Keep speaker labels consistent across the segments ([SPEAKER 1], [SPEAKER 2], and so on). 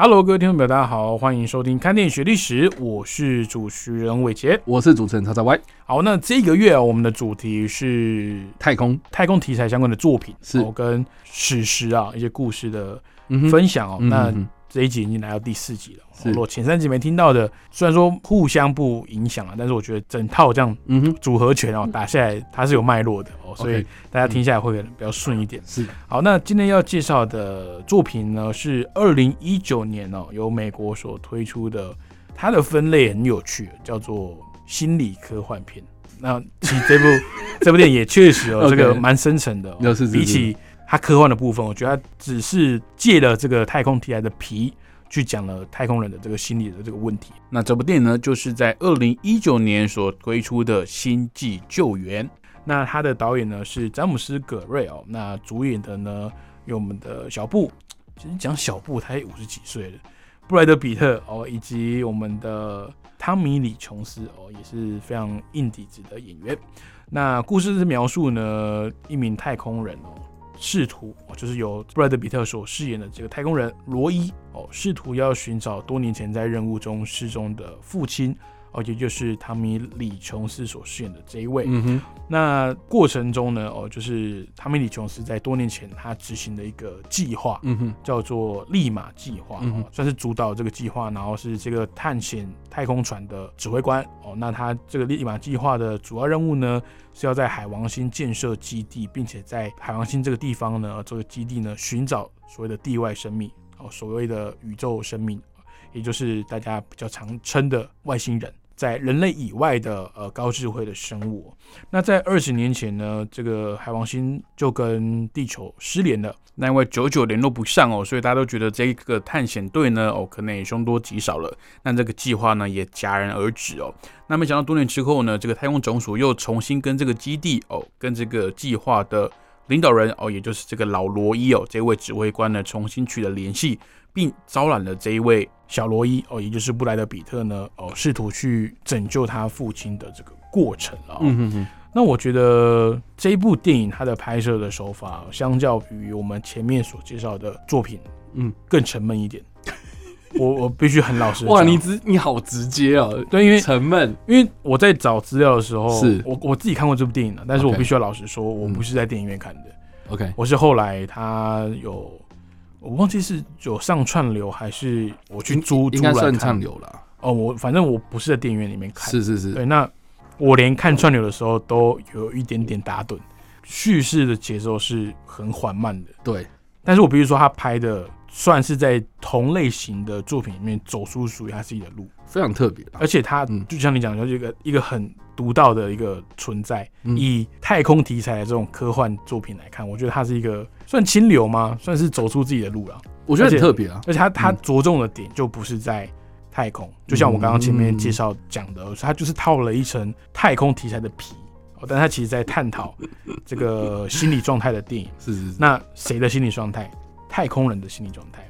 [SPEAKER 1] Hello，各位听众朋友，大家好，欢迎收听《看电影学历史》，我是主持人伟杰。
[SPEAKER 2] 我是主持人叉叉 Y，
[SPEAKER 1] 好，那这个月啊我们的主题是
[SPEAKER 2] 太空，
[SPEAKER 1] 太空题材相关的作品，
[SPEAKER 2] 是
[SPEAKER 1] 哦、跟史实啊一些故事的
[SPEAKER 2] 嗯哼
[SPEAKER 1] 分享哦。
[SPEAKER 2] 嗯
[SPEAKER 1] 那
[SPEAKER 2] 哼哼
[SPEAKER 1] 这一集已经来到第四集了，
[SPEAKER 2] 是
[SPEAKER 1] 如果前三集没听到的，虽然说互相不影响啊，但是我觉得整套这样
[SPEAKER 2] 嗯哼，
[SPEAKER 1] 组合拳哦打下来，它是有脉络的哦，所以
[SPEAKER 2] OK 嗯
[SPEAKER 1] 大家听下来会比较顺一点。
[SPEAKER 2] 是
[SPEAKER 1] 好，那今天要介绍的作品呢，是二零一九年哦，由美国所推出的，它的分类很有趣，叫做心理科幻片。那其实这部 这部电影也确实哦，这
[SPEAKER 2] OK
[SPEAKER 1] 个蛮深沉的、
[SPEAKER 2] 有
[SPEAKER 1] 哦
[SPEAKER 2] 是是，是
[SPEAKER 1] 比起它科幻的部分，我觉得它只是借了这个太空题材的皮。去讲了太空人的这个心理的这个问题。那这部电影呢，就是在二零一九年所推出的《星际救援》。那他的导演呢是詹姆斯·葛瑞哦，那主演的呢有我们的小布，其实讲小布他也五十几岁了，布莱德·比特哦，以及我们的汤米·李·琼斯哦，也是非常硬底子的演员。那故事是描述呢一名太空人哦，试图哦就是由布莱德·比特所饰演的这个太空人罗伊哦，试图要寻找多年前在任务中失踪的父亲哦，也就是汤米·李·琼斯所饰演的这一位。
[SPEAKER 2] 嗯
[SPEAKER 1] 那过程中呢，哦，就是汤米·李·琼斯在多年前他执行的一个计划，
[SPEAKER 2] 嗯哼，
[SPEAKER 1] 叫做利马计划，
[SPEAKER 2] 嗯
[SPEAKER 1] 哦
[SPEAKER 2] 哼
[SPEAKER 1] 算是主导这个计划，然后是这个探险太空船的指挥官哦。那他这个利马计划的主要任务呢，是要在海王星建设基地，并且在海王星这个地方呢，这个基地呢，寻找所谓的地外生命哦，所谓的宇宙生命，哦也就是大家比较常称的外星人。在人类以外的呃高智慧的生物哦，那在二十年前呢，这个海王星就跟地球失联了，那因为久久联络不上哦，所以大家都觉得这个探险队呢，哦，可能也凶多吉少了。那这个计划呢，也戛然而止哦。那没想到多年之后呢，这个太空总署又重新跟这个基地哦，跟这个计划的领导人哦，也就是这个老罗伊哦，这位指挥官呢，重新取得联系，并招揽了这一位小罗伊哦，也就是布莱德比特呢，哦，试图去拯救他父亲的这个过程了、哦。
[SPEAKER 2] 嗯哼哼，
[SPEAKER 1] 那我觉得这一部电影它的拍摄的手法，相较于我们前面所介绍的作品，
[SPEAKER 2] 嗯，
[SPEAKER 1] 更沉闷一点。 我我必须很老实地讲，
[SPEAKER 2] 哇，你直你好直接啊，
[SPEAKER 1] 对，因为
[SPEAKER 2] 沉闷，
[SPEAKER 1] 因为我在找资料的时候，
[SPEAKER 2] 是
[SPEAKER 1] 我我自己看过这部电影的，但是我
[SPEAKER 2] OK 嗯
[SPEAKER 1] 必须要老实说，我不是在电影院看的，
[SPEAKER 2] OK，
[SPEAKER 1] 我是后来他有。我忘记是有上串流还是我去租
[SPEAKER 2] 应
[SPEAKER 1] 租来
[SPEAKER 2] 该算
[SPEAKER 1] 看
[SPEAKER 2] 畅流了，
[SPEAKER 1] 哦，我反正我不是在电影院里面看，
[SPEAKER 2] 是是是，
[SPEAKER 1] 对，那我连看串流的时候都有一点点打盹，叙事的节奏是很缓慢的，
[SPEAKER 2] 对，
[SPEAKER 1] 但是我必须说他拍的算是在同类型的作品里面走出属于他自己的路，
[SPEAKER 2] 非常特别啦
[SPEAKER 1] 而且他
[SPEAKER 2] 嗯
[SPEAKER 1] 就像你讲的，就是一个一个很独到的一个存在。
[SPEAKER 2] 嗯
[SPEAKER 1] 以太空题材的这种科幻作品来看，我觉得他是一个算清流吗？算是走出自己的路了。
[SPEAKER 2] 我觉得
[SPEAKER 1] 而且
[SPEAKER 2] 很特别啊，
[SPEAKER 1] 而且他他着重的点就不是在太空，就像我刚刚前面介绍讲的，他就是套了一层太空题材的皮，哦，但他其实在探讨这个心理状态的电影。
[SPEAKER 2] 是是是，
[SPEAKER 1] 那谁的心理状态？太空人的心理状态。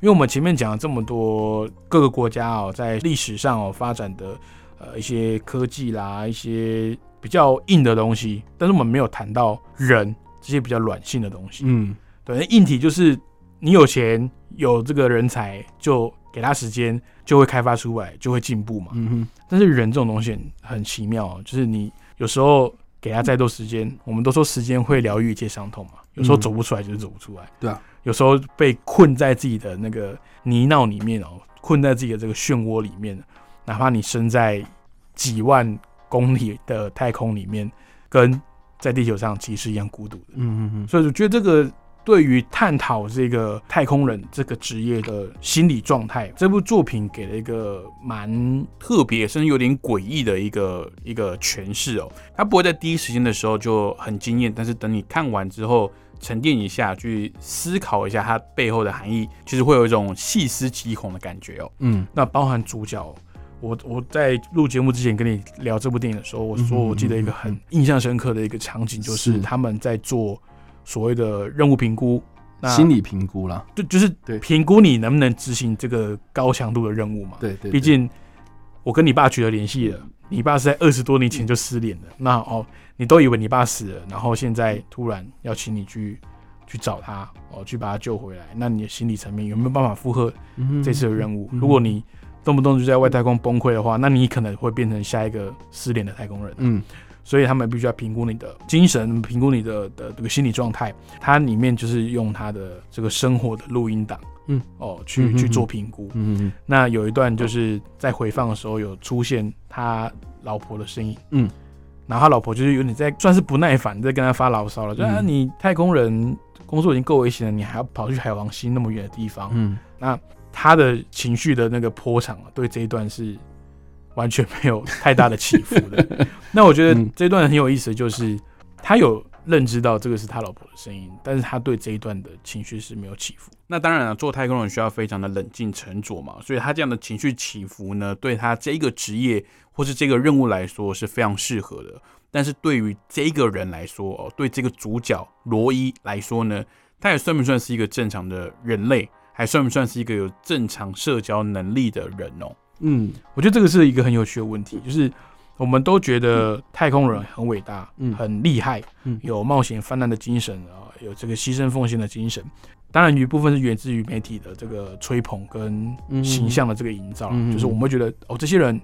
[SPEAKER 1] 因为我们前面讲了这么多各个国家哦，在历史上哦发展的呃一些科技啦，一些比较硬的东西，但是我们没有谈到人这些比较软性的东西。
[SPEAKER 2] 嗯，
[SPEAKER 1] 对，硬体就是你有钱有这个人才，就给他时间，就会开发出来，就会进步嘛。
[SPEAKER 2] 嗯哼，
[SPEAKER 1] 但是人这种东西很很奇妙哦，就是你有时候给他再多时间，我们都说时间会疗愈一切伤痛嘛，有时候
[SPEAKER 2] 嗯
[SPEAKER 1] 走不出来就是走不出来，
[SPEAKER 2] 对啊，
[SPEAKER 1] 有时候被困在自己的那个泥淖里面哦，困在自己的这个漩涡里面，哪怕你身在几万公里的太空里面，跟在地球上其实是一样孤独的。
[SPEAKER 2] 嗯哼哼，
[SPEAKER 1] 所以我觉得这个对于探讨这个太空人这个职业的心理状态，这部作品给了一个蛮特别，甚至有点诡异的一个一个诠释哦。它不会在第一时间的时候就很惊艳，但是等你看完之后，
[SPEAKER 3] 沉淀一下，去思考一下它背后的含义，其实会有一种细思极恐的感觉哦。
[SPEAKER 2] 嗯，
[SPEAKER 1] 那包含主角，我我在录节目之前跟你聊这部电影的时候，我
[SPEAKER 2] 嗯
[SPEAKER 1] 说我记得一个很印象深刻的一个场景，就是
[SPEAKER 2] 是
[SPEAKER 1] 他们在做所谓的任务评估，那
[SPEAKER 2] 心理评估啦，
[SPEAKER 1] 就就是
[SPEAKER 2] 对
[SPEAKER 1] 评估你能不能执行这个高强度的任务嘛。
[SPEAKER 2] 对对，对嗯
[SPEAKER 1] 毕竟我跟你爸取得联系了，你爸是在二十多年前就失联了。那哦，你都以为你爸死了，然后现在突然要请你去去找他，哦，去把他救回来，那你的心理层面有没有办法负荷
[SPEAKER 2] 嗯
[SPEAKER 1] 这次的任务？
[SPEAKER 2] 嗯
[SPEAKER 1] 如果你动不动就在外太空崩溃的话，那你可能会变成下一个失联的太空人。
[SPEAKER 2] 嗯
[SPEAKER 1] 所以他们必须要评估你的精神，评估你的的这个心理状态。它里面就是用他的这个生活的录音档，
[SPEAKER 2] 嗯，
[SPEAKER 1] 哦，
[SPEAKER 2] 嗯
[SPEAKER 1] 去
[SPEAKER 2] 嗯
[SPEAKER 1] 去
[SPEAKER 2] 嗯
[SPEAKER 1] 做评估。
[SPEAKER 2] 嗯
[SPEAKER 1] 那有一段就是在回放的时候有出现他老婆的声音，
[SPEAKER 2] 嗯，
[SPEAKER 1] 然后他老婆就是有点在算是不耐烦，在跟他发牢骚了，就、啊
[SPEAKER 2] 嗯
[SPEAKER 1] 你太空人工作已经够危险了，你还要跑去海王星那么远的地方，
[SPEAKER 2] 嗯
[SPEAKER 1] 他的情绪的那个波长啊，对这一段是完全没有太大的起伏 的。那我觉得
[SPEAKER 2] 嗯
[SPEAKER 1] 这一段很有意思，就是他有认知到这个是他老婆的声音，但是他对这一段的情绪是没有起伏。
[SPEAKER 3] 那当然了，啊做太空人需要非常的冷静沉着嘛，所以他这样的情绪起伏呢，对他这个职业或是这个任务来说是非常适合的。但是对于这个人来说，哦，对这个主角罗伊来说呢，他也算不算是一个正常的人类，还算不算是一个有正常社交能力的人哦？
[SPEAKER 2] 嗯
[SPEAKER 1] 我觉得这个是一个很有趣的问题，就是我们都觉
[SPEAKER 3] 嗯
[SPEAKER 1] 得太空人很伟大，
[SPEAKER 2] 嗯
[SPEAKER 1] 很厉害，
[SPEAKER 2] 嗯
[SPEAKER 1] 有冒险泛滥的精神啊，有这个牺牲奉献的精神。当然，有一部分是源自于媒体的这个吹捧跟
[SPEAKER 2] 嗯
[SPEAKER 1] 形象的这个营造，啊
[SPEAKER 2] 嗯嗯嗯
[SPEAKER 1] 就是我们会觉得哦，这些人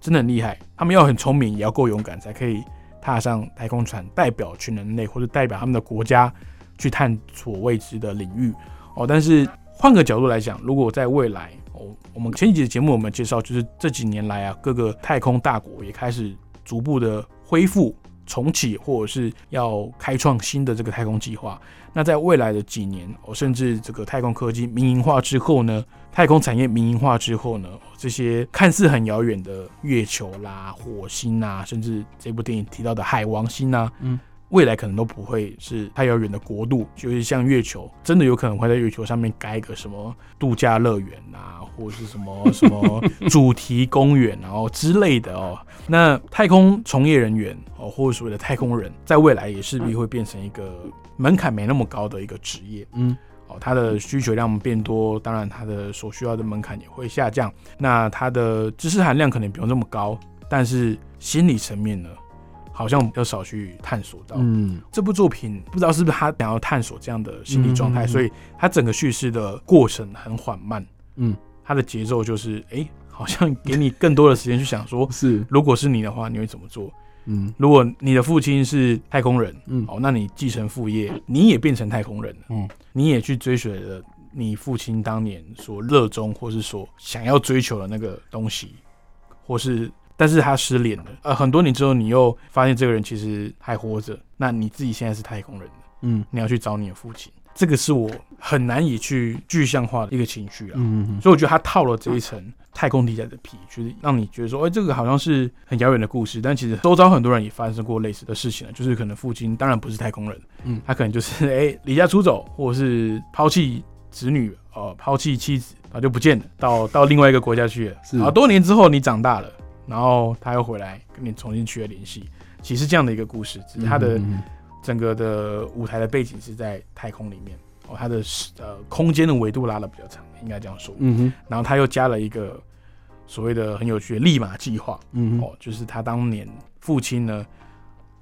[SPEAKER 1] 真的很厉害，他们要很聪明，也要够勇敢，才可以踏上太空船，代表全人类或者代表他们的国家去探索未知的领域。哦，但是换个角度来讲，如果在未来，哦，我们前几集的节目我们介绍，就是这几年来啊，各个太空大国也开始逐步的恢复、重启，或者是要开创新的这个太空计划。那在未来的几年，哦，甚至这个太空科技民营化之后呢，太空产业民营化之后呢，哦这些看似很遥远的月球啦、火星啊，甚至这部电影提到的海王星啊，
[SPEAKER 2] 嗯。
[SPEAKER 1] 未来可能都不会是太遥远的国度，就是像月球，真的有可能会在月球上面盖一个什么度假乐园啊，或者是什么什么主题公园啊，然后之类的哦。那太空从业人员哦，或者所谓的太空人，在未来也势必会变成一个门槛没那么高的一个职业。
[SPEAKER 2] 嗯
[SPEAKER 1] 哦，它的需求量变多，当然它的所需要的门槛也会下降。那它的知识含量可能不用那么高，但是心理层面呢，好像要少去探索到。
[SPEAKER 2] 嗯
[SPEAKER 1] 这部作品不知道是不是他想要探索这样的心理状态，
[SPEAKER 2] 嗯嗯嗯
[SPEAKER 1] 所以他整个叙事的过程很缓慢，
[SPEAKER 2] 嗯，，
[SPEAKER 1] 他的节奏就是哎、诶好像给你更多的时间去想说
[SPEAKER 2] 是
[SPEAKER 1] 如果是你的话，你会怎么做？
[SPEAKER 2] 嗯
[SPEAKER 1] 如果你的父亲是太空人，
[SPEAKER 2] 嗯
[SPEAKER 1] 哦，那你继承父业，你也变成太空人了，
[SPEAKER 2] 嗯，
[SPEAKER 1] 你也去追随了你父亲当年所热衷或是所想要追求的那个东西，或是但是他失联了，呃，很多年之后你又发现这个人其实还活着，那你自己现在是太空人了，
[SPEAKER 2] 嗯
[SPEAKER 1] 你要去找你的父亲，这个是我很难以去具象化的一个情绪啊，
[SPEAKER 2] 嗯
[SPEAKER 1] 所以我觉得他套了这一层太空题材的皮，就是让你觉得说，哎、这个好像是很遥远的故事，但其实周遭很多人也发生过类似的事情了，啊就是可能父亲当然不是太空人，
[SPEAKER 2] 嗯
[SPEAKER 1] 他可能就是哎、离家出走，或者是抛弃子女，呃，抛弃妻子，然后就不见了，到到另外一个国家去了，
[SPEAKER 2] 是
[SPEAKER 1] 然后多年之后你长大了，然后他又回来跟你重新取得联系，其实这样的一个故事，只是他
[SPEAKER 2] 嗯
[SPEAKER 1] 的整个的舞台的背景是在太空里面。哦，它的呃空间的维度拉的比较长，应该这样说。
[SPEAKER 2] 嗯哼
[SPEAKER 1] 然后他又加了一个所谓的很有趣的立马计划
[SPEAKER 2] 嗯哼
[SPEAKER 1] 哦，就是他当年父亲呢，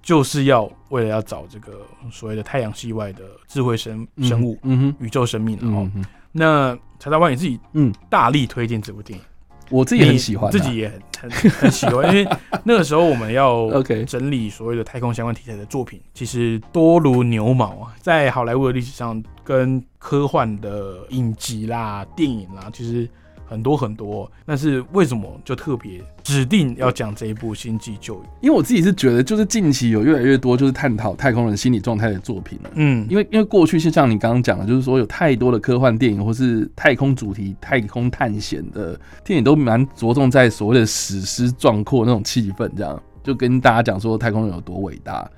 [SPEAKER 1] 就是要为了要找这个所谓的太阳系外的智慧生生物、
[SPEAKER 2] 嗯哼
[SPEAKER 1] 宇宙生命了哦。
[SPEAKER 2] 嗯
[SPEAKER 1] 那查查万也自己
[SPEAKER 2] 嗯，
[SPEAKER 1] 大力推荐这部电影，
[SPEAKER 2] 我自己很喜欢啊
[SPEAKER 1] 自己也很很很喜欢，因为那个时候我们 要
[SPEAKER 2] OK
[SPEAKER 1] 整理所谓的太空相关题材的作品，其实多如牛毛啊，在好莱坞的历史上，跟科幻的影集啦、电影啦，其实很多很多。但是为什么就特别指定要讲这一部《星际救援》？
[SPEAKER 2] 因为我自己是觉得，就是近期有越来越多就是探讨太空人心理状态的作品了。
[SPEAKER 1] 嗯，
[SPEAKER 2] 因为因为过去是像你刚刚讲的，就是说有太多的科幻电影或是太空主题、太空探险的电影，都蛮着重在所谓的史诗壮阔那种气氛，这样就跟大家讲说太空人有多伟大。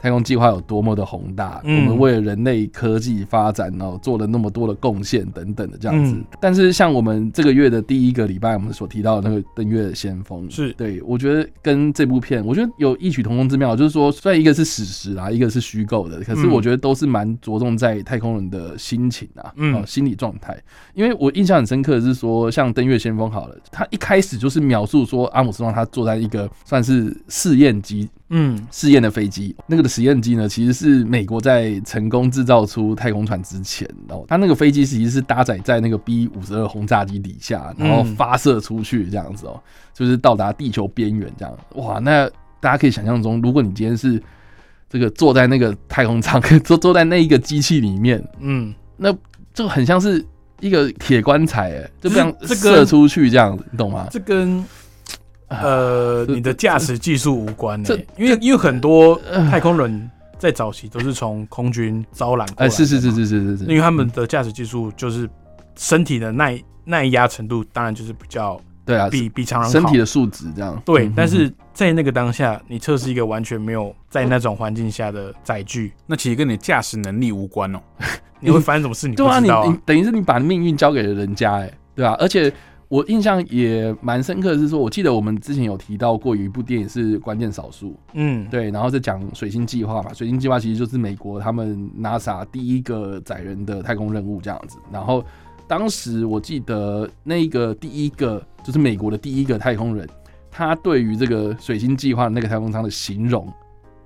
[SPEAKER 2] 太空计划有多么的宏大，
[SPEAKER 1] 嗯
[SPEAKER 2] 我们为了人类科技发展哦做了那么多的贡献等等的这样子。
[SPEAKER 1] 嗯
[SPEAKER 2] 但是像我们这个月的第一个礼拜，我们所提到的那个《登月的先锋》
[SPEAKER 1] 是
[SPEAKER 2] 对，我觉得跟这部片，我觉得有异曲同工之妙，就是说虽然一个是史实啦，一个是虚构的，可是
[SPEAKER 1] 嗯
[SPEAKER 2] 我觉得都是蛮着重在太空人的心情啊，
[SPEAKER 1] 嗯
[SPEAKER 2] 哦心理状态。因为我印象很深刻的是说，像《登月先锋》好了，他一开始就是描述说阿姆斯壮他坐在一个算是试验机
[SPEAKER 1] 嗯
[SPEAKER 2] 试验的飞机，那个的实验机呢，其实是美国在成功制造出太空船之前，然后它那个飞机其实是搭载在那个 B 五十二轰炸机底下，然后
[SPEAKER 1] 嗯
[SPEAKER 2] 发射出去这样子哦、就是到达地球边缘这样。哇，那大家可以想象中，如果你今天是这个坐在那个太空舱， 坐坐在那一个机器里面，
[SPEAKER 1] 嗯，
[SPEAKER 2] 那就很像是一个铁棺材、哎，就
[SPEAKER 1] 这
[SPEAKER 2] 这样
[SPEAKER 1] 这跟
[SPEAKER 2] 射出去这样子，你懂吗？
[SPEAKER 1] 这跟呃
[SPEAKER 2] 啊这
[SPEAKER 1] 你的驾驶技术无关呢、
[SPEAKER 2] 这
[SPEAKER 1] 因为因为很多
[SPEAKER 2] 呃
[SPEAKER 1] 太空人在早期都是从空军招揽过
[SPEAKER 2] 哎、
[SPEAKER 1] 来，
[SPEAKER 2] 是是是，是是是是，
[SPEAKER 1] 因为他们的驾驶技术就是身体的耐耐压程度，当然就是比较
[SPEAKER 2] 对啊，
[SPEAKER 1] 比比常人好
[SPEAKER 2] 身体的素质这样。
[SPEAKER 1] 对
[SPEAKER 2] 嗯，
[SPEAKER 1] 但是在那个当下，你测试一个完全没有在那种环境下的载具，
[SPEAKER 3] 那其实跟你驾驶能力无关哦、
[SPEAKER 1] 你会发生什么事？你不
[SPEAKER 2] 对啊，
[SPEAKER 1] 知
[SPEAKER 2] 你
[SPEAKER 1] 道
[SPEAKER 2] 你
[SPEAKER 1] 啊。
[SPEAKER 2] 等于是你把命运交给了人家、哎，对啊，而且我印象也蛮深刻的是说，我记得我们之前有提到过有一部电影是《关键少数》，
[SPEAKER 1] 嗯，
[SPEAKER 2] 对，然后在讲水星计划嘛，水星计划其实就是美国他们 NASA 第一个载人的太空任务这样子，然后当时我记得那个第一个就是美国的第一个太空人，他对于这个水星计划那个太空舱的形容。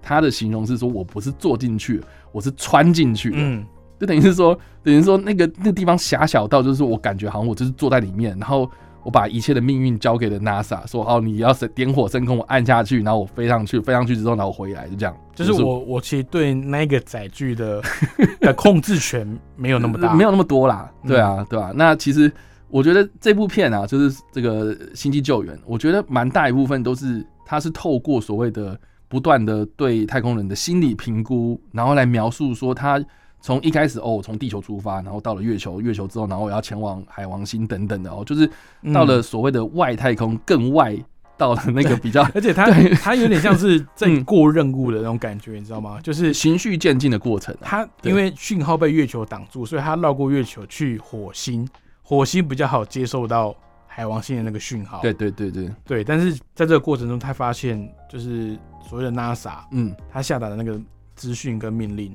[SPEAKER 2] 他的形容是说，我不是坐进去，我是穿进去的。
[SPEAKER 1] 嗯，
[SPEAKER 2] 就等于是说，等于说那个那地方狭小到，就是我感觉好像我就是坐在里面，然后我把一切的命运交给了 NASA，说哦，你要是点火升空，我按下去，然后我飞上去，飞上去之后，然后我回来，就这样。
[SPEAKER 1] 就是我我其实对那个载具 的的控制权没有那么大，
[SPEAKER 2] 呃
[SPEAKER 1] 嗯
[SPEAKER 2] 没有那么多啦。对啊，对啊。那其实我觉得这部片啊，就是这个《星际救援》，我觉得蛮大一部分都是它是透过所谓的不断的对太空人的心理评估，然后来描述说他。从一开始哦，从地球出发，然后到了月球，月球之后，然后我要前往海王星等等的哦，就是
[SPEAKER 1] 嗯
[SPEAKER 2] 到了所谓的外太空，更外到了那个 比较
[SPEAKER 1] 而且它
[SPEAKER 2] 对
[SPEAKER 1] 它有点像是在
[SPEAKER 2] 嗯
[SPEAKER 1] 过任务的那种感觉，你知道吗？就是
[SPEAKER 2] 循序渐进的过程啊、
[SPEAKER 1] 它
[SPEAKER 2] 对
[SPEAKER 1] 因为讯号被月球挡住，所以它绕过月球去火星，火星比较好接受到海王星的那个讯号。
[SPEAKER 2] 对对对对，
[SPEAKER 1] 对，但是在这个过程中，他发现就是所谓的 NASA
[SPEAKER 2] 嗯，
[SPEAKER 1] 他下达的那个资讯跟命令，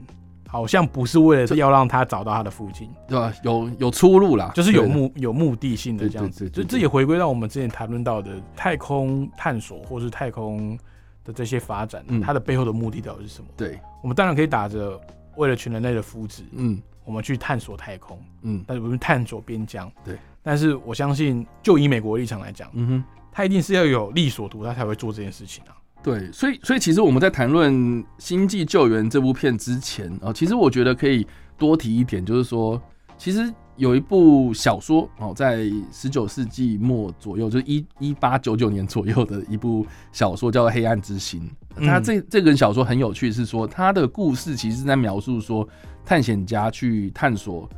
[SPEAKER 1] 好像不是为了要让他找到他的父亲，
[SPEAKER 2] 对吧？有有出路啦，
[SPEAKER 1] 就是有
[SPEAKER 2] 啊对
[SPEAKER 1] 目有目的性的这样
[SPEAKER 2] 对
[SPEAKER 1] 子。
[SPEAKER 2] 对
[SPEAKER 1] 就
[SPEAKER 2] 对对
[SPEAKER 1] 这也回归到我们之前谈论到的太空探索或是太空的这些发展
[SPEAKER 2] 嗯，
[SPEAKER 1] 它的背后的目的到底是什么？
[SPEAKER 2] 对，
[SPEAKER 1] 我们当然可以打着为了全人类的福祉，
[SPEAKER 2] 嗯
[SPEAKER 1] 我们去探索太空，
[SPEAKER 2] 嗯
[SPEAKER 1] 但是我们探索边疆。
[SPEAKER 2] 对，
[SPEAKER 1] 但是我相信，就以美国的立场来讲，
[SPEAKER 2] 嗯哼。
[SPEAKER 1] 他一定是要有利所图，他才会做这件事情啊。
[SPEAKER 2] 对，所以所以其实我们在谈论《星际救援》这部片之前啊、哦，其实我觉得可以多提一点，就是说，其实有一部小说哦，在十九世纪末左右，就是一一八九九年左右的一部小说叫做《黑暗之心》。
[SPEAKER 1] 嗯
[SPEAKER 2] 它这这本小说很有趣，是说它的故事其实是在描述说探险家去探索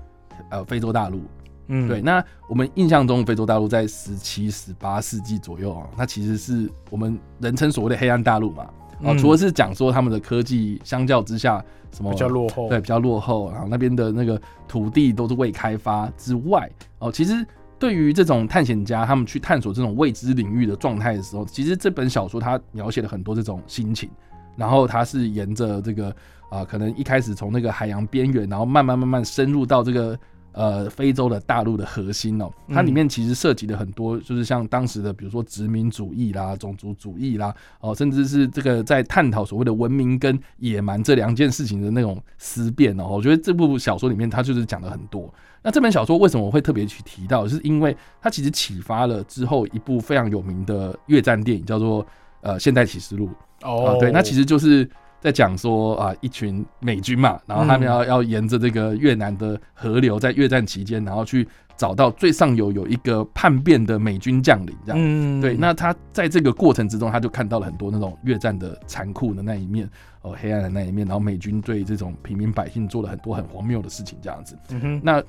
[SPEAKER 2] 呃非洲大陆，
[SPEAKER 1] 嗯，
[SPEAKER 2] 对，，那我们印象中非洲大陆在十七、十八世纪左右啊，它其实是我们人称所谓的黑暗大陆嘛。哦，
[SPEAKER 1] 嗯
[SPEAKER 2] 除了是讲说他们的科技相较之下什么
[SPEAKER 1] 比较落后。
[SPEAKER 2] 对，比较落后，然后那边的那个土地都是未开发之外，哦，其实对于这种探险家他们去探索这种未知领域的状态的时候，其实这本小说它描写了很多这种心情，然后它是沿着这个啊、可能一开始从那个海洋边缘，然后慢慢慢慢深入到这个。呃，非洲的大陆的核心哦，它里面其实涉及了很多，就是像当时的，比如说殖民主义啦、种族主义啦，哦，甚至是这个在探讨所谓的文明跟野蛮这两件事情的那种思辨哦。我觉得这部小说里面，它就是讲了很多。那这本小说为什么我会特别去提到，就是因为它其实启发了之后一部非常有名的越战电影，叫做呃《现代启示录》啊
[SPEAKER 1] 哦，。
[SPEAKER 2] 对，那其实就是。在讲说啊，一群美军嘛，然后他
[SPEAKER 1] 嗯
[SPEAKER 2] 们要、要沿着这个越南的河流，在越战期间，然后去找到最上游有一个叛变的美军将领，这样。
[SPEAKER 1] 嗯
[SPEAKER 2] 对，那他在这个过程之中，他就看到了很多那种越战的残酷的那一面，哦，黑暗的那一面，然后美军对这种平民百姓做了很多很荒谬的事情，这样子。
[SPEAKER 1] 嗯哼，
[SPEAKER 2] 那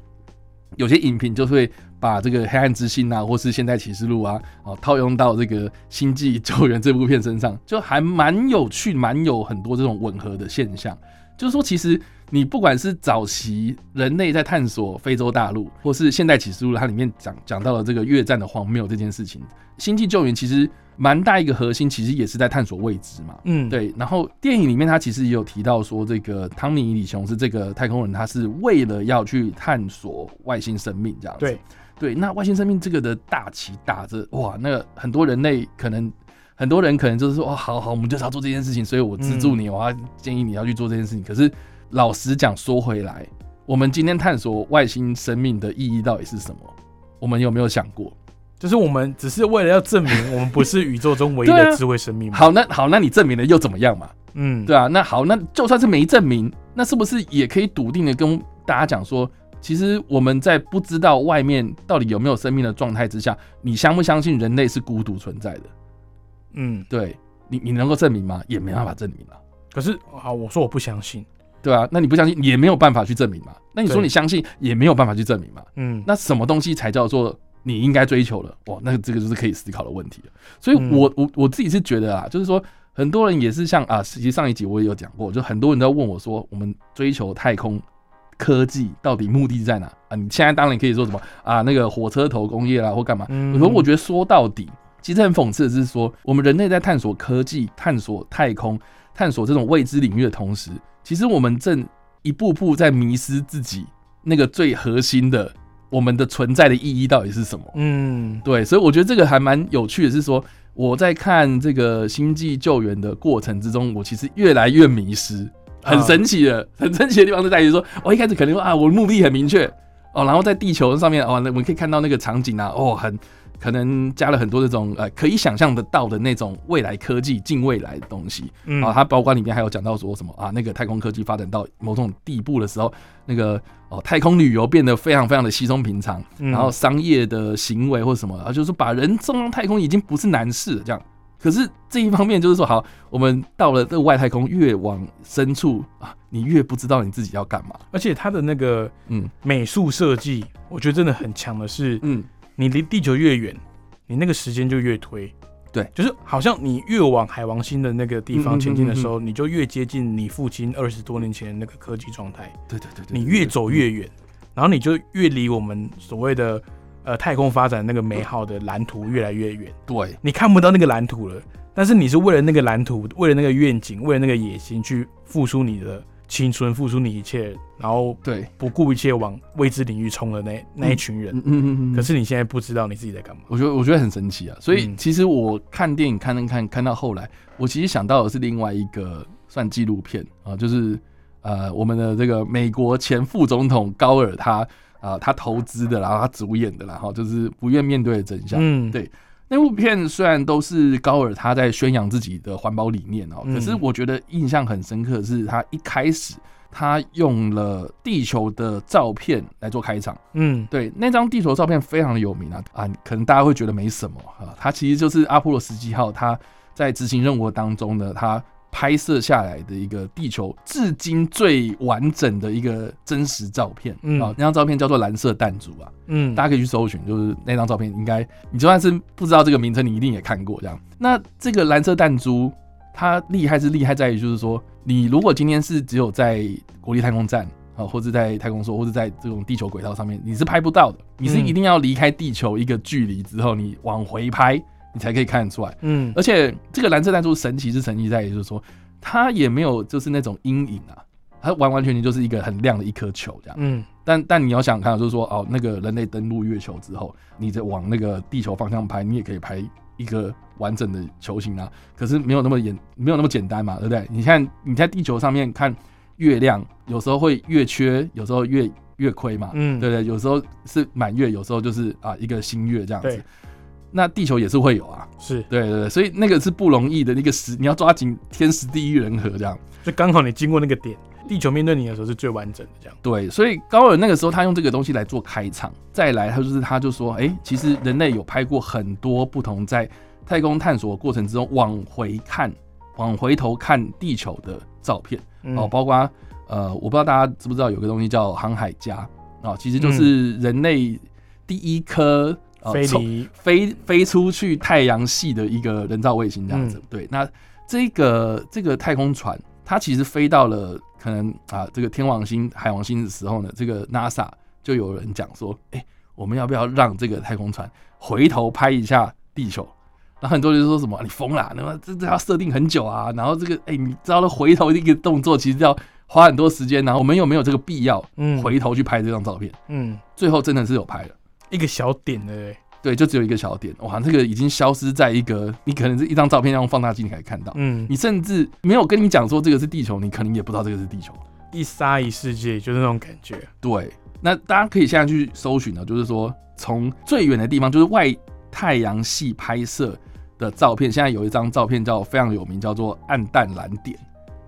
[SPEAKER 2] 有些影评就会把这个《黑暗之心》啊，或是《现代启示录》啊，哦，套用到这个《星际救援》这部片身上，就还蛮有趣，蛮有很多这种吻合的现象。就是说，其实你不管是早期人类在探索非洲大陆，或是《现代启示录》它里面讲讲到了这个越战的荒谬这件事情，《星际救援》其实蛮大一个核心，其实也是在探索未知嘛。
[SPEAKER 1] 嗯，，
[SPEAKER 2] 对，然后电影里面他其实也有提到说，这个汤尼李琼是这个太空人，他是为了要去探索外星生命这样子。
[SPEAKER 1] 对
[SPEAKER 2] 对，那外星生命这个的大旗打着，哇，那个很多人类可能。很多人可能就是说，哦，好好，我们就是要做这件事情，所以我资助你，我要建议你要去做这件事情。可是老实讲，说回来，我们今天探索外星生命的意义到底是什么？我们有没有想过？
[SPEAKER 1] 就是我们只是为了要证明我们不是宇宙中唯一
[SPEAKER 2] 对啊
[SPEAKER 1] 的智慧生命嘛。
[SPEAKER 2] 好，那好，那你证明了又怎么样嘛？
[SPEAKER 1] 嗯，
[SPEAKER 2] 对啊，那好，那就算是没证明，那是不是也可以笃定的跟大家讲说，其实我们在不知道外面到底有没有生命的状态之下，你相不相信人类是孤独存在的？
[SPEAKER 1] 嗯，
[SPEAKER 2] 对你，你能够证明吗？也没办法证明了。
[SPEAKER 1] 可是好，我说我不相信。
[SPEAKER 2] 对啊，那你不相信也没有办法去证明嘛。那你说
[SPEAKER 1] 对
[SPEAKER 2] 你相信也没有办法去证明嘛。
[SPEAKER 1] 嗯，
[SPEAKER 2] 那什么东西才叫做你应该追求了？哇，那这个就是可以思考的问题了。所以我，我、我自己是觉得啊，就是说，很多人也是像啊，其实上一集我也有讲过，就很多人都在问我说，我们追求太空科技到底目的在哪啊？你现在当然可以说什么啊，那个火车头工业啊啦，或干嘛？
[SPEAKER 1] 嗯
[SPEAKER 2] 我说，我觉得说到底，其实很讽刺的是说，我们人类在探索科技、探索太空、探索这种未知领域的同时，其实我们正一步步在迷失自己那个最核心的我们的存在的意义到底是什么。
[SPEAKER 1] 嗯，
[SPEAKER 2] 对，所以我觉得这个还蛮有趣的，是说我在看这个《星际救援》的过程之中，我其实越来越迷失，很
[SPEAKER 1] 啊
[SPEAKER 2] 神奇的，很神奇的地方就在于说，我一开始可能说啊，我的目的很明确哦，然后在地球上面哦，那我们可以看到那个场景啊，哦，很可能加了很多这种呃可以想象得到的那种未来科技、近未来的东西，
[SPEAKER 1] 嗯
[SPEAKER 2] 啊，，它包括里面还有讲到说什么啊，那个太空科技发展到某种地步的时候，那个哦，太空旅游变得非常非常的稀松平常，
[SPEAKER 1] 嗯
[SPEAKER 2] 然后商业的行为或什么，啊，就是把人送上太空已经不是难事了这样。可是这一方面就是说，好，我们到了这个外太空，越往深处啊，你越不知道你自己要干嘛。
[SPEAKER 1] 而且它的那个
[SPEAKER 2] 嗯
[SPEAKER 1] 美术设计，我觉得真的很强的是，
[SPEAKER 2] 嗯，
[SPEAKER 1] 你离地球越远，你那个时间就越推。
[SPEAKER 2] 对，
[SPEAKER 1] 就是好像你越往海王星的那个地
[SPEAKER 2] 嗯嗯
[SPEAKER 1] 方
[SPEAKER 2] 嗯
[SPEAKER 1] 前进的时候，你就越接近你父亲二十多年前的那个科技状态，
[SPEAKER 2] 对对对对，嗯
[SPEAKER 1] 你
[SPEAKER 2] 对
[SPEAKER 1] 越走越远，然后你就越离我们所谓的呃太空发展那个美好的蓝图越来越远，
[SPEAKER 2] 对
[SPEAKER 1] 你看不到那个蓝图了。但是你是为了那个蓝图，为了那个愿景，为了那个野心去付出你的青春，付出你一切，然后
[SPEAKER 2] 对，
[SPEAKER 1] 不顾一切往未知领域冲的那那一群人。
[SPEAKER 2] 嗯嗯嗯嗯
[SPEAKER 1] 可是你现在不知道你自己在干嘛。
[SPEAKER 2] 我觉得我觉得很神奇啊。所以
[SPEAKER 1] 嗯
[SPEAKER 2] 其实我看电影看看看看到后来，我其实想到的是另外一个算纪录片啊，就是呃我们的这个美国前副总统高尔他啊、他投资的，然后他主演的啦，然后就是不愿面对的真相。
[SPEAKER 1] 嗯，
[SPEAKER 2] 对那部片虽然都是高尔他在宣扬自己的环保理念哦、
[SPEAKER 1] 嗯
[SPEAKER 2] 可是我觉得印象很深刻的是他一开始他用了地球的照片来做开场。
[SPEAKER 1] 嗯
[SPEAKER 2] 对，那张地球照片非常的有名啊啊，可能大家会觉得没什么啊，它其实就是阿波罗十七号它在执行任务当中呢，它拍摄下来的一个地球至今最完整的一个真实照片、
[SPEAKER 1] 嗯
[SPEAKER 2] 啊，那张照片叫做蓝色弹珠啊，
[SPEAKER 1] 嗯，
[SPEAKER 2] 大家可以去搜寻，就是那张照片，应该你就算是不知道这个名称，你一定也看过这样。那这个蓝色弹珠，它厉害是厉害在于，就是说，你如果今天是只有在国立太空站啊，或者在太空梭，或者在这种地球轨道上面，你是拍不到的，你是
[SPEAKER 1] 嗯
[SPEAKER 2] 一定要离开地球一个距离之后，你往回拍，你才可以看得出来。
[SPEAKER 1] 嗯
[SPEAKER 2] 而且这个蓝色弹珠神奇是神奇在于，就是说，它也没有就是那种阴影啊，它完完全全就是一个很亮的一颗球这样。
[SPEAKER 1] 嗯
[SPEAKER 2] 但但你要想看，就是说哦，那个人类登陆月球之后，你再往那个地球方向拍，你也可以拍一个完整的球形啊。可是没有那么简，没有那么简单嘛，对不对？你看你在地球上面看月亮，有时候会月缺，有时候月月亏嘛，
[SPEAKER 1] 嗯
[SPEAKER 2] 对不对？有时候是满月，有时候就是啊一个新月这样子
[SPEAKER 1] 对。
[SPEAKER 2] 那地球也是会有啊，
[SPEAKER 1] 是，
[SPEAKER 2] 对对对，所以那个是不容易的一个时，你要抓紧天时地利人和这样。
[SPEAKER 1] 就刚好你经过那个点，地球面对你的时候是最完整的这样。
[SPEAKER 2] 对，所以高尔那个时候他用这个东西来做开场，再来他就是他就说，哎、其实人类有拍过很多不同在太空探索的过程之中往回看、往回头看地球的照片、哦
[SPEAKER 1] 嗯
[SPEAKER 2] 哦，包括呃，我不知道大家知不知道有个东西叫航海家啊，其实就是人类第一颗、呃
[SPEAKER 1] 嗯飞
[SPEAKER 2] 从
[SPEAKER 1] 离
[SPEAKER 2] 飞飞出去太阳系的一个人造卫星这样子。
[SPEAKER 1] 嗯
[SPEAKER 2] 对，那这个这个太空船，它其实飞到了可能啊这个天王星、海王星的时候呢，这个 NASA 就有人讲说，哎、我们要不要让这个太空船回头拍一下地球？然后很多人就说什么你疯啦，那么这这要设定很久啊，然后这个哎、你知道了回头一个动作其实要花很多时间，然后我们有没有这个必要
[SPEAKER 1] 嗯
[SPEAKER 2] 回头去拍这张照片？
[SPEAKER 1] 嗯
[SPEAKER 2] 最后真的是有拍了。
[SPEAKER 1] 一个小点的欸，
[SPEAKER 2] 对，就只有一个小点，哇，这个已经消失在一个你可能是一张照片要用放大镜你才看到，
[SPEAKER 1] 嗯，
[SPEAKER 2] 你甚至没有跟你讲说这个是地球，你可能也不知道这个是地球。
[SPEAKER 1] 一沙一世界就是那种感觉，
[SPEAKER 2] 对，那大家可以现在去搜寻呢，就是说从最远的地方，就是外太阳系拍摄的照片，现在有一张照片叫非常有名，叫做暗淡蓝点，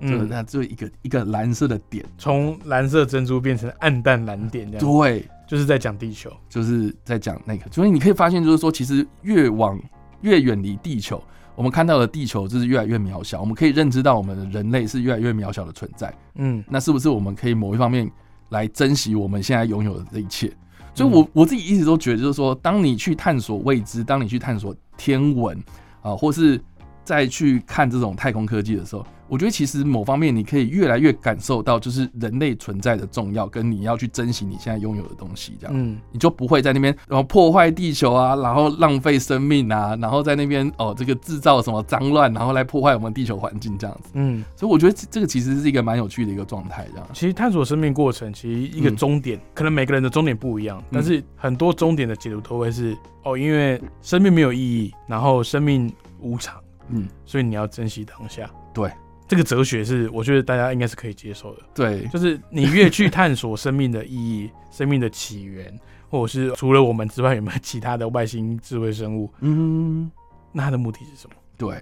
[SPEAKER 2] 就是
[SPEAKER 1] 嗯，
[SPEAKER 2] 那就一个一个蓝色的点，
[SPEAKER 1] 从蓝色珍珠变成暗淡蓝点这样，
[SPEAKER 2] 对，
[SPEAKER 1] 就是在讲地球，
[SPEAKER 2] 就是在讲那个，所以你可以发现，就是说，其实越往越远离地球，我们看到的地球就是越来越渺小，我们可以认知到我们人类是越来越渺小的存在。
[SPEAKER 1] 嗯
[SPEAKER 2] 那是不是我们可以某一方面来珍惜我们现在拥有的这一切？所以我，我自己一直都觉得，就是说，当你去探索未知，当你去探索天文啊、或是再去看这种太空科技的时候，我觉得其实某方面你可以越来越感受到，就是人类存在的重要，跟你要去珍惜你现在拥有的东西，这样。
[SPEAKER 1] 嗯，
[SPEAKER 2] 你就不会在那边然后破坏地球啊，然后浪费生命啊，然后在那边哦这个制造什么脏乱，然后来破坏我们地球环境这样子。
[SPEAKER 1] 嗯，
[SPEAKER 2] 所以我觉得这这个其实是一个蛮有趣的一个状态，这样。
[SPEAKER 1] 其实探索生命过程，其实一个
[SPEAKER 2] 嗯
[SPEAKER 1] 终点，可能每个人的终点不一样，但是很多终点的解读都会是哦，因为生命没有意义，然后生命无常，
[SPEAKER 2] 嗯，
[SPEAKER 1] 所以你要珍惜当下。
[SPEAKER 2] 对，
[SPEAKER 1] 这个哲学是我觉得大家应该是可以接受的，
[SPEAKER 2] 对，
[SPEAKER 1] 就是你越去探索生命的意义、生命的起源，或者是除了我们之外有没有其他的外星智慧生物，
[SPEAKER 2] 嗯，
[SPEAKER 1] 那它的目的是什么？
[SPEAKER 2] 对，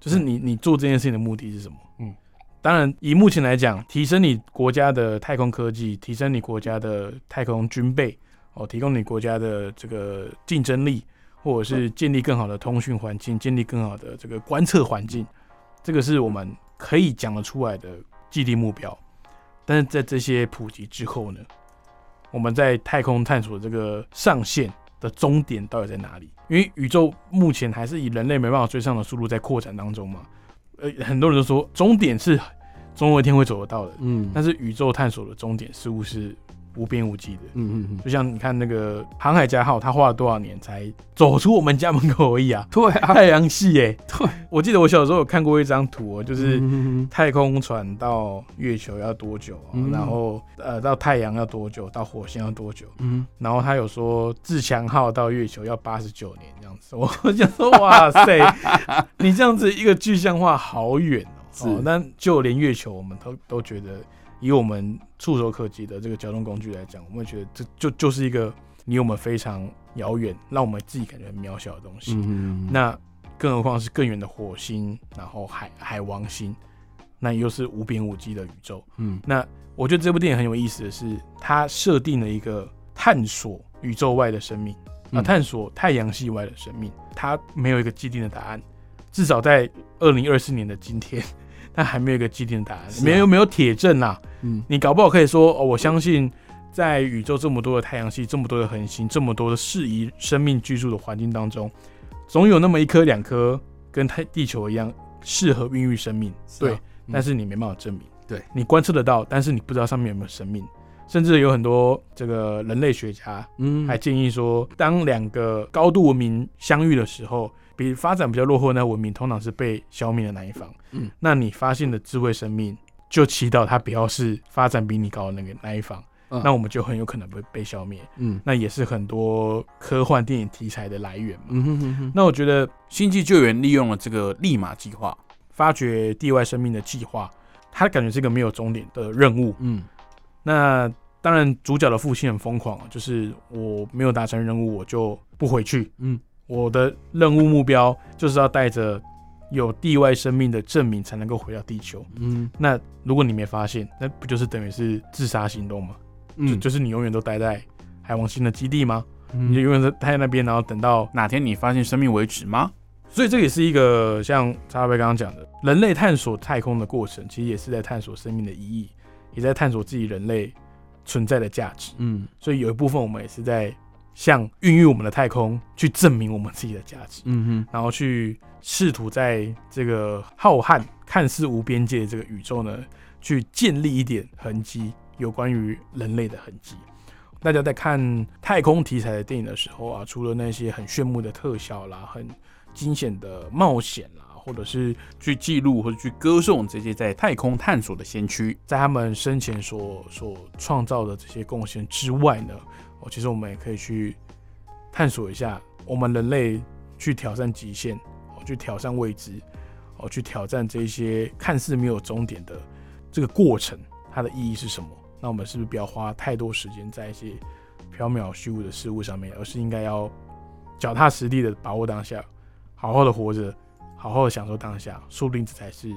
[SPEAKER 1] 就是你你做这件事情的目的是什么？
[SPEAKER 2] 嗯
[SPEAKER 1] 嗯，当然，以目前来讲，提升你国家的太空科技，提升你国家的太空军备，哦，提供你国家的这个竞争力，或者是建立更好的通讯环境，建立更好的这个观测环境，这个是我们可以讲得出来的既定目标。但是在这些普及之后呢，我们在太空探索这个上限的终点到底在哪里？因为宇宙目前还是以人类没办法追上的速度在扩展当中嘛。呃，很多人都说终点是总有一天会走得到的，
[SPEAKER 2] 嗯，
[SPEAKER 1] 但是宇宙探索的终点似乎是无边无际的。
[SPEAKER 2] 嗯嗯嗯，
[SPEAKER 1] 就像你看那个航海家号，它花了多少年才走出我们家门口而已啊！
[SPEAKER 2] 对啊，
[SPEAKER 1] 太阳系耶、
[SPEAKER 2] 对，
[SPEAKER 1] 我记得我小时候有看过一张图、哦，就是
[SPEAKER 2] 嗯
[SPEAKER 1] 太空船到月球要多久、哦
[SPEAKER 2] 嗯
[SPEAKER 1] 然后呃到太阳要多久，到火星要多久，
[SPEAKER 2] 嗯，
[SPEAKER 1] 然后他有说自强号到月球要八十九年这样子， 我我想说哇塞， 你这样子一个具象化好远哦，
[SPEAKER 2] 是
[SPEAKER 1] 哦那就连月球我们都都觉得，以我们触手可及的这个交通工具来讲，我们会觉得这就就是一个离我们非常遥远，让我们自己感觉很渺小的东西。
[SPEAKER 2] 嗯，
[SPEAKER 1] 那更何况是更远的火星，然后海海王星，那又是无边无际的宇宙。
[SPEAKER 2] 嗯
[SPEAKER 1] 那我觉得这部电影很有意思的是，它设定了一个探索宇宙外的生命，啊、
[SPEAKER 2] 嗯
[SPEAKER 1] 探索太阳系外的生命，它没有一个既定的答案，至少在二零二四年的今天， 它还没有一个既定的答案，
[SPEAKER 2] 是啊
[SPEAKER 1] 没有没有铁证啦、
[SPEAKER 2] 嗯
[SPEAKER 1] 你搞不好可以说，哦，我相信在宇宙这么多的太阳系、这么多的恒星、这么多的适宜生命居住的环境当中，总有那么一颗、两颗跟太地球一样适合孕育生命。
[SPEAKER 2] 是啊
[SPEAKER 1] 对，
[SPEAKER 2] 嗯
[SPEAKER 1] 但是你没办法证明。
[SPEAKER 2] 对
[SPEAKER 1] 你观测得到，但是你不知道上面有没有生命。甚至有很多这个人类学家
[SPEAKER 2] 嗯
[SPEAKER 1] 还建议说，当两个高度文明相遇的时候，比发展比较落后的那文明通常是被消灭的那一方。
[SPEAKER 2] 嗯，
[SPEAKER 1] 那你发现的智慧生命，就祈祷它不要是发展比你高的那个那一方，
[SPEAKER 2] 嗯
[SPEAKER 1] 那我们就很有可能被被消灭。
[SPEAKER 2] 嗯
[SPEAKER 1] 那也是很多科幻电影题材的来源嘛。
[SPEAKER 2] 嗯哼哼哼，
[SPEAKER 1] 那我觉得
[SPEAKER 3] 星际救援利用了这个利马计划，
[SPEAKER 1] 发掘地外生命的计划，它感觉是一个没有终点的任务。
[SPEAKER 2] 嗯
[SPEAKER 1] 那当然，主角的父亲很疯狂，啊就是我没有达成任务，我就不回去。
[SPEAKER 2] 嗯，
[SPEAKER 1] 我的任务目标就是要带着有地外生命的证明才能够回到地球。
[SPEAKER 2] 嗯
[SPEAKER 1] 那如果你没发现，那不就是等于是自杀行动吗？就
[SPEAKER 2] 嗯，
[SPEAKER 1] 就是你永远都待在海王星的基地吗？你就
[SPEAKER 2] 嗯
[SPEAKER 1] 永远都待在那边，然后等到……
[SPEAKER 3] 哪天你发现生命为止吗？
[SPEAKER 1] 所以这也是一个像查贝刚刚讲的，人类探索太空的过程，其实也是在探索生命的意义，也在探索自己人类存在的价值。
[SPEAKER 2] 嗯
[SPEAKER 1] 所以有一部分我们也是在向孕育我们的太空去证明我们自己的价值，
[SPEAKER 2] 嗯
[SPEAKER 1] 然后去试图在这个浩瀚、看似无边界的这个宇宙呢，去建立一点痕迹，有关于人类的痕迹。大家在看太空题材的电影的时候啊，除了那些很炫目的特效啦、很惊险的冒险啦，或者是
[SPEAKER 3] 去记录或者去歌颂这些在太空探索的先驱。
[SPEAKER 1] 在他们生前所所创造的这些贡献之外呢，哦，其实我们也可以去探索一下我们人类去挑战极限，哦，去挑战未知，哦，去挑战这些看似没有终点的这个过程，它的意义是什么？那我们是不是不要花太多时间在一些缥缈虚无的事物上面，而是应该要脚踏实地的把握当下，好好的活着，好好的享受当下，说不定这才是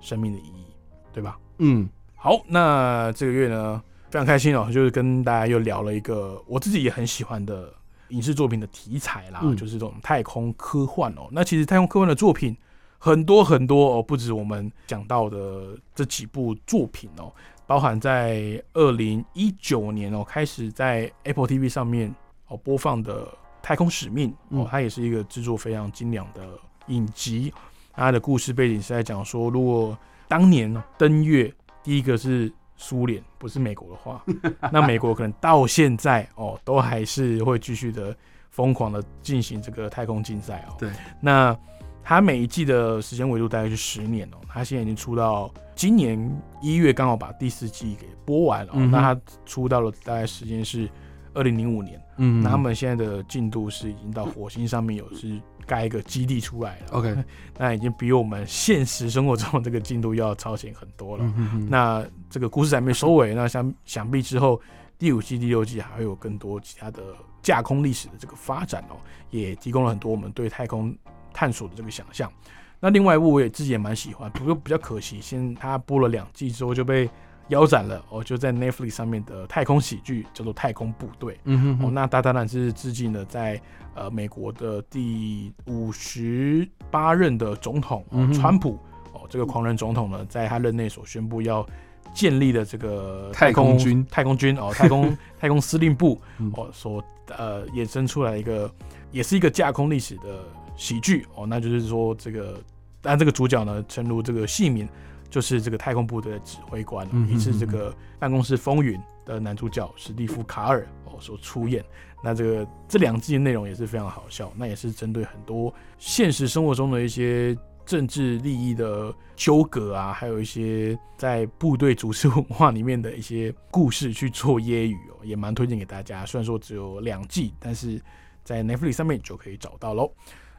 [SPEAKER 1] 生命的意义，对吧？
[SPEAKER 2] 嗯
[SPEAKER 1] 好，那这个月呢，非常开心哦，就是跟大家又聊了一个我自己也很喜欢的影视作品的题材啦，
[SPEAKER 2] 嗯
[SPEAKER 1] 就是这种太空科幻哦。那其实太空科幻的作品很多很多哦，不止我们讲到的这几部作品哦，包含在二零一九年哦开始在 Apple TV 上面哦播放的《太空使命》哦
[SPEAKER 2] 嗯，
[SPEAKER 1] 它也是一个制作非常精良的影集。它的故事背景是在讲说，如果当年登月第一个是苏联，不是美国的话， 那美国可能到现在哦，都还是会继续的疯狂的进行这个太空竞赛哦。
[SPEAKER 2] 对，
[SPEAKER 1] 那它每一季的时间维度大概是十年哦，它现在已经出到今年一月刚好把第四季给播完了、哦，
[SPEAKER 2] 嗯哼
[SPEAKER 1] 那它出到了大概时间是二零零五年，
[SPEAKER 2] 嗯，
[SPEAKER 1] 那他们现在的进度是已经到火星上面有是盖一个基地出来了，
[SPEAKER 2] OK，
[SPEAKER 1] 那已经比我们现实生活中的这个进度要超前很多了。
[SPEAKER 2] 嗯
[SPEAKER 1] 那这个故事还没收尾，那想想必之后第五季、第六季还会有更多其他的架空历史的这个发展哦，也提供了很多我们对太空探索的这个想象。那另外一部我也自己也蛮喜欢，不过比较可惜，现在它播了两季之后就被腰斩了哦，就在 Netflix 上面的太空喜剧叫做《太空部队》。
[SPEAKER 2] 嗯
[SPEAKER 1] 哦，
[SPEAKER 2] 哼，
[SPEAKER 1] 那它当然是致敬了在呃美国的第五十八任的总统、哦
[SPEAKER 2] 嗯哼
[SPEAKER 1] 川普哦，这个狂人总统呢，在他任内所宣布要建立的这个
[SPEAKER 2] 太空军
[SPEAKER 1] 太空 军哦，太空太空司令部
[SPEAKER 2] 嗯
[SPEAKER 1] 哦，所呃衍生出来一个，也是一个架空历史的喜剧哦，那就是说这个，但这个主角呢，诚如这个姓名，就是这个太空部队的指挥官、哦
[SPEAKER 2] 嗯，
[SPEAKER 1] 也是这个《办公室风云》的男主角史蒂夫·卡尔哦所出演。那这个这两季的内容也是非常好笑，那也是针对很多现实生活中的一些政治利益的纠葛啊，还有一些在部队组织文化里面的一些故事去做揶揄哦，也蛮推荐给大家。虽然说只有两季，但是在 Netflix 上面就可以找到喽。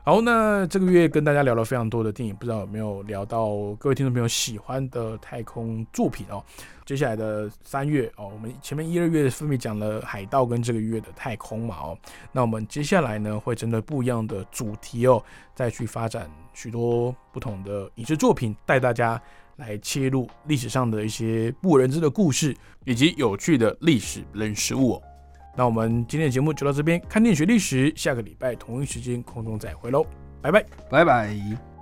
[SPEAKER 1] 好，那这个月跟大家聊了非常多的电影，不知道有没有聊到各位听众朋友喜欢的太空作品哦。接下来的三月哦，我们前面一、二月分别讲了海盗跟这个月的太空嘛哦，那我们接下来呢会针对不一样的主题哦，再去发展许多不同的影视作品，带大家来切入历史上的一些不为人知的故事。
[SPEAKER 3] 以及有趣的历史人事物、哦。
[SPEAKER 1] 那我们今天的节目就到这边，看电影学历史，下个礼拜同一时间空中再会喽，拜拜。
[SPEAKER 2] 拜拜。